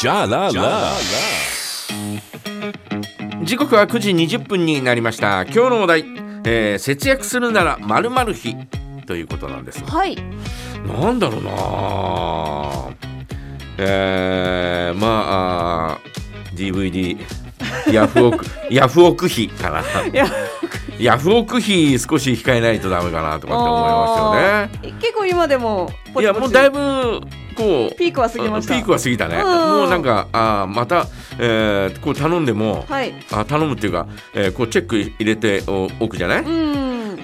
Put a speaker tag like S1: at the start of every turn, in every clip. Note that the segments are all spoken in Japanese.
S1: じゃらら
S2: 時刻は9時20分になりました今日のお題、えー節約するならまるまる日ということなんです
S3: はい。
S2: なんだろうなえー、まああー DVD ヤフオク ヤフオク費かな
S3: や
S2: ヤフオク費少し控えないとダメかなとかって思いますよね
S3: ね。結構今でもポ
S2: い
S3: チ
S2: や
S3: ポチ。
S2: もうだいぶこう
S3: ピークは過ぎました。
S2: ピークは過ぎたね、
S3: うん
S2: もうなんかあーまた、えーこう頼んでも、
S3: はい。
S2: あ頼むっていうか、えーこうチェック入れておおくじゃない、
S3: うん。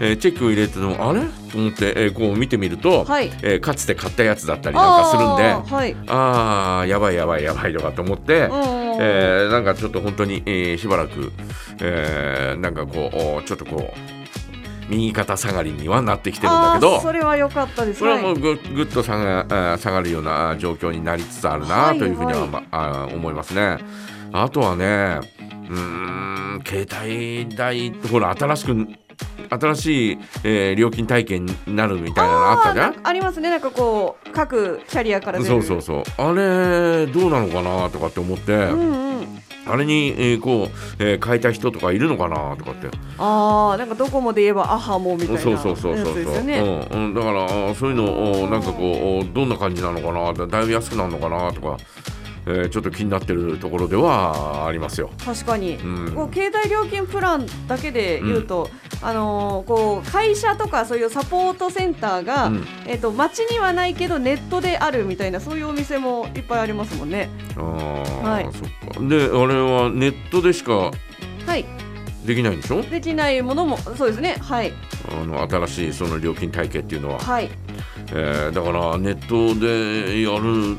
S2: えーチェックを入れててもあれと思って、えーこう見てみると、
S3: はい
S2: えーかつて買ったやつだったりなんかするん
S3: あ
S2: で
S3: ーはい。
S2: あーやばいやばいやばいとかと思って、
S3: うん
S2: えーなんかちょっと本当に、えーしばらく、えーなんかこうおちょっとこう右肩下がりにはなってきてるんだけ
S3: あー
S2: ど。
S3: それは良かったです。
S2: これはもう
S3: い
S2: ぐぐっと下があー下がるようなあー状況になりつつある
S3: は
S2: ないというふうには、
S3: はい
S2: まあー思いますね。あとはね、うーん、携帯代、ほら、新しく、新しい、えー料金体系になるみたいなのあったじゃ
S3: あーなんかありますね。なんかこう各キャリアから
S2: ん
S3: 出る。
S2: そうそうそう。あれ、どうなのかなとかって思って、
S3: うんうん。
S2: あれに、えーこう、えー変えた人とかいるのかなとかって。
S3: ああなんかどこもで言えばアハモみたいなやつ
S2: そうそうそうそうそう、
S3: ですよね。
S2: うんうん、だからあーそういうの
S3: う
S2: を
S3: ん
S2: なんかこうおどんな感じなのかなだだいぶ安くなるのかなとか、えーちょっと気になってるところではありますよ。
S3: 確かに、
S2: うん
S3: こう携帯料金プランだけで言うと、あのーこう会社とかそういうサポートセンターが、
S2: うん
S3: えっと街にはないけどネットであるみたいなそういうお店もいっぱいありますもんね。
S2: あー、
S3: はい
S2: そっかであれはネットでしか
S3: はい、
S2: できないんでしょ
S3: できないものもそうですね。はい
S2: あの新しいその料金体系っていうのは、
S3: はい。
S2: えーだからネットでやる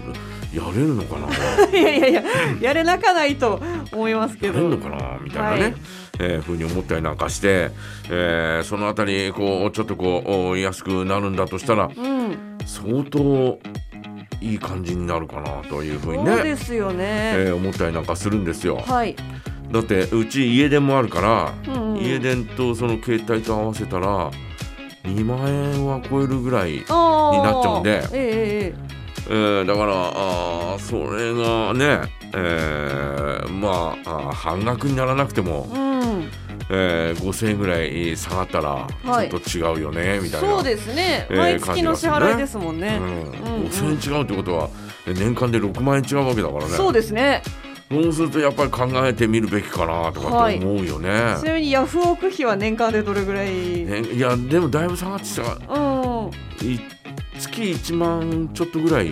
S2: やれるのかなや
S3: いやいやいややれなかないと思いますけ
S2: れるの
S3: ど。
S2: かなみたいなね、
S3: はい
S2: えーふうに思ったりなんかして、えーそのあたりこうちょっとこうお安くなるんだとしたら
S3: うん、
S2: 相当いい感じになるかなというふうに
S3: そう
S2: ね、
S3: ですよね。
S2: えー思ったりなんかするんですよ。
S3: はい。
S2: だってうち家電もあるから、
S3: うんうん
S2: 家電とその携帯と合わせたら2万円は超えるぐらい、え
S3: に
S2: になっちゃうんで
S3: ええええ
S2: ーだからあーそれがね、えーまああー半額にならなくても
S3: え、うん。
S2: えー5,000円ぐらい下がったら
S3: はい
S2: ちょっと違うよね、みたいな。
S3: そうですね、
S2: えー
S3: 毎月の支払いですもん
S2: う
S3: ね。
S2: ん、
S3: うんうん
S2: 5,000円違うってことはえ年間で6万円違うわけだからね。
S3: そうですね。
S2: そうするとやっぱり考えてみるべきかなとかって思うよね。
S3: ちなみにヤフオク費は年間でどれぐらい？
S2: ねいやでもだいぶ下がってきたか
S3: う
S2: ら
S3: ん。
S2: い月1万ちょっとぐらい、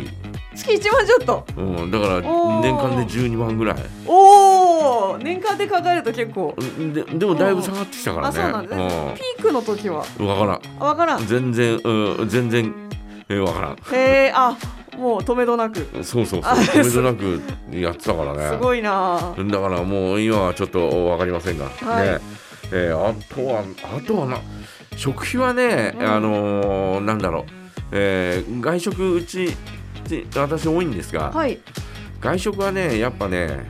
S3: 月一万ちょっと。
S2: うん、だから
S3: おー
S2: 年間で12万ぐらい
S3: おお、年間で考えると結構。
S2: うんででもだいぶ下がってきたから
S3: あ、
S2: ね。
S3: そうなんですね。ピークの時は。
S2: うんわからん
S3: あ、わからん。へ
S2: 全然、うん、全然、えー、わから
S3: え、あ、もう止めどなく。
S2: んそうそうそう
S3: あ
S2: 止めどなくやってたからね。
S3: すごいな。
S2: だからもう今はちょっとわかりませんが、
S3: はい
S2: ねえーあとはあとはな食費はね、
S3: うん
S2: あのーなんだろう、えー外食うちち私多いんですが、
S3: はい。
S2: 外食はねやっぱね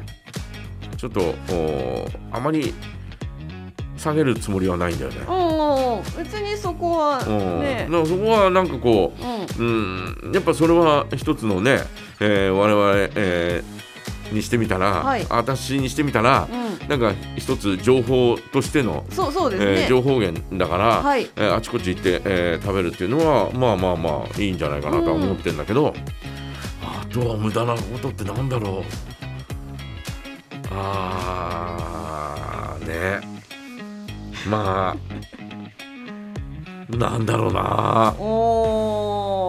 S2: ちょっとおーあまり下げるつもりはないんだよね。
S3: うん、別にそこは
S2: うん
S3: ね。
S2: だからそこはなんかこう
S3: うん。
S2: うん、やっぱそれは一つのね、えー我々、えーにしてみたら、
S3: はい
S2: 私にしてみたら、
S3: うん。
S2: なんか一つ情報としての、
S3: そう、そうで
S2: えー
S3: すね。
S2: 情報源だから、
S3: はい
S2: えーあちこち行って、えー食べるっていうのはまあまあまあいいんじゃないかなとは思ってんだけど、あとは無駄なことってなんだろうあーねまあなんだろうな
S3: お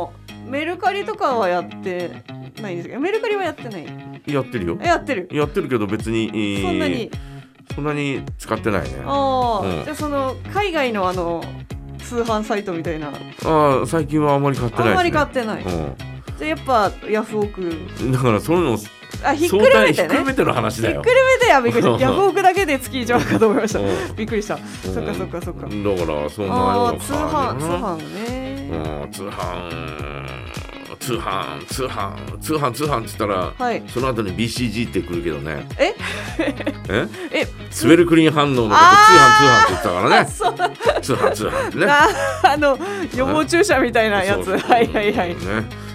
S3: お。メルカリとかはやってないんですけど、メルカリはやってない。
S2: やってるよ
S3: やってる。
S2: やってるけど別に、えー
S3: そんなに。
S2: そんなに使ってないねあ
S3: あ
S2: う
S3: あ、
S2: ん
S3: じゃあその海外のあの通販サイトみたいな、
S2: ー最近はあんまり買ってないです、ね、
S3: あんまり買ってない、じゃあやっぱヤフオク
S2: うん、だからそういうの
S3: あひっくるめ
S2: 相対
S3: て
S2: ひっく
S3: ね
S2: るめての話だよ
S3: ひっくるめてやびっくりし
S2: うん
S3: たヤフオクだけで月1万かと思いました
S2: う
S3: びっくりした
S2: うん
S3: そっかそっかそっか
S2: だからそんな
S3: あ
S2: よ
S3: あ
S2: うな
S3: ー通
S2: 感
S3: 販
S2: じ
S3: 通
S2: だな
S3: 販ね
S2: うん通販通販通販通販通販って言ったら、
S3: はい
S2: その後に BCG ってくるけどね
S3: え
S2: え
S3: え
S2: スウェルクリン反応のこと通販
S3: あ
S2: 通販って言ったからね
S3: そう
S2: 通
S3: だ
S2: 販通販ってね
S3: ああの予防注射みたいなやつ
S2: そう
S3: はいはいはい
S2: ね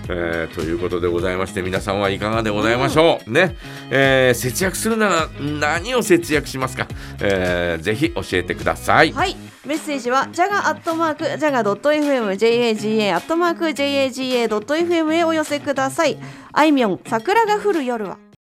S2: ええーということでございまして皆さんはいかがでございましょう、ね、えー節約するなら何を節約しますか、えーぜひ教えてください、
S3: はい。メッセージは、ジャガアットマーク、ジャガドット FM、JAGA アットマーク、JAGA ドット FM へお寄せください。あいみょん、桜が降る夜は。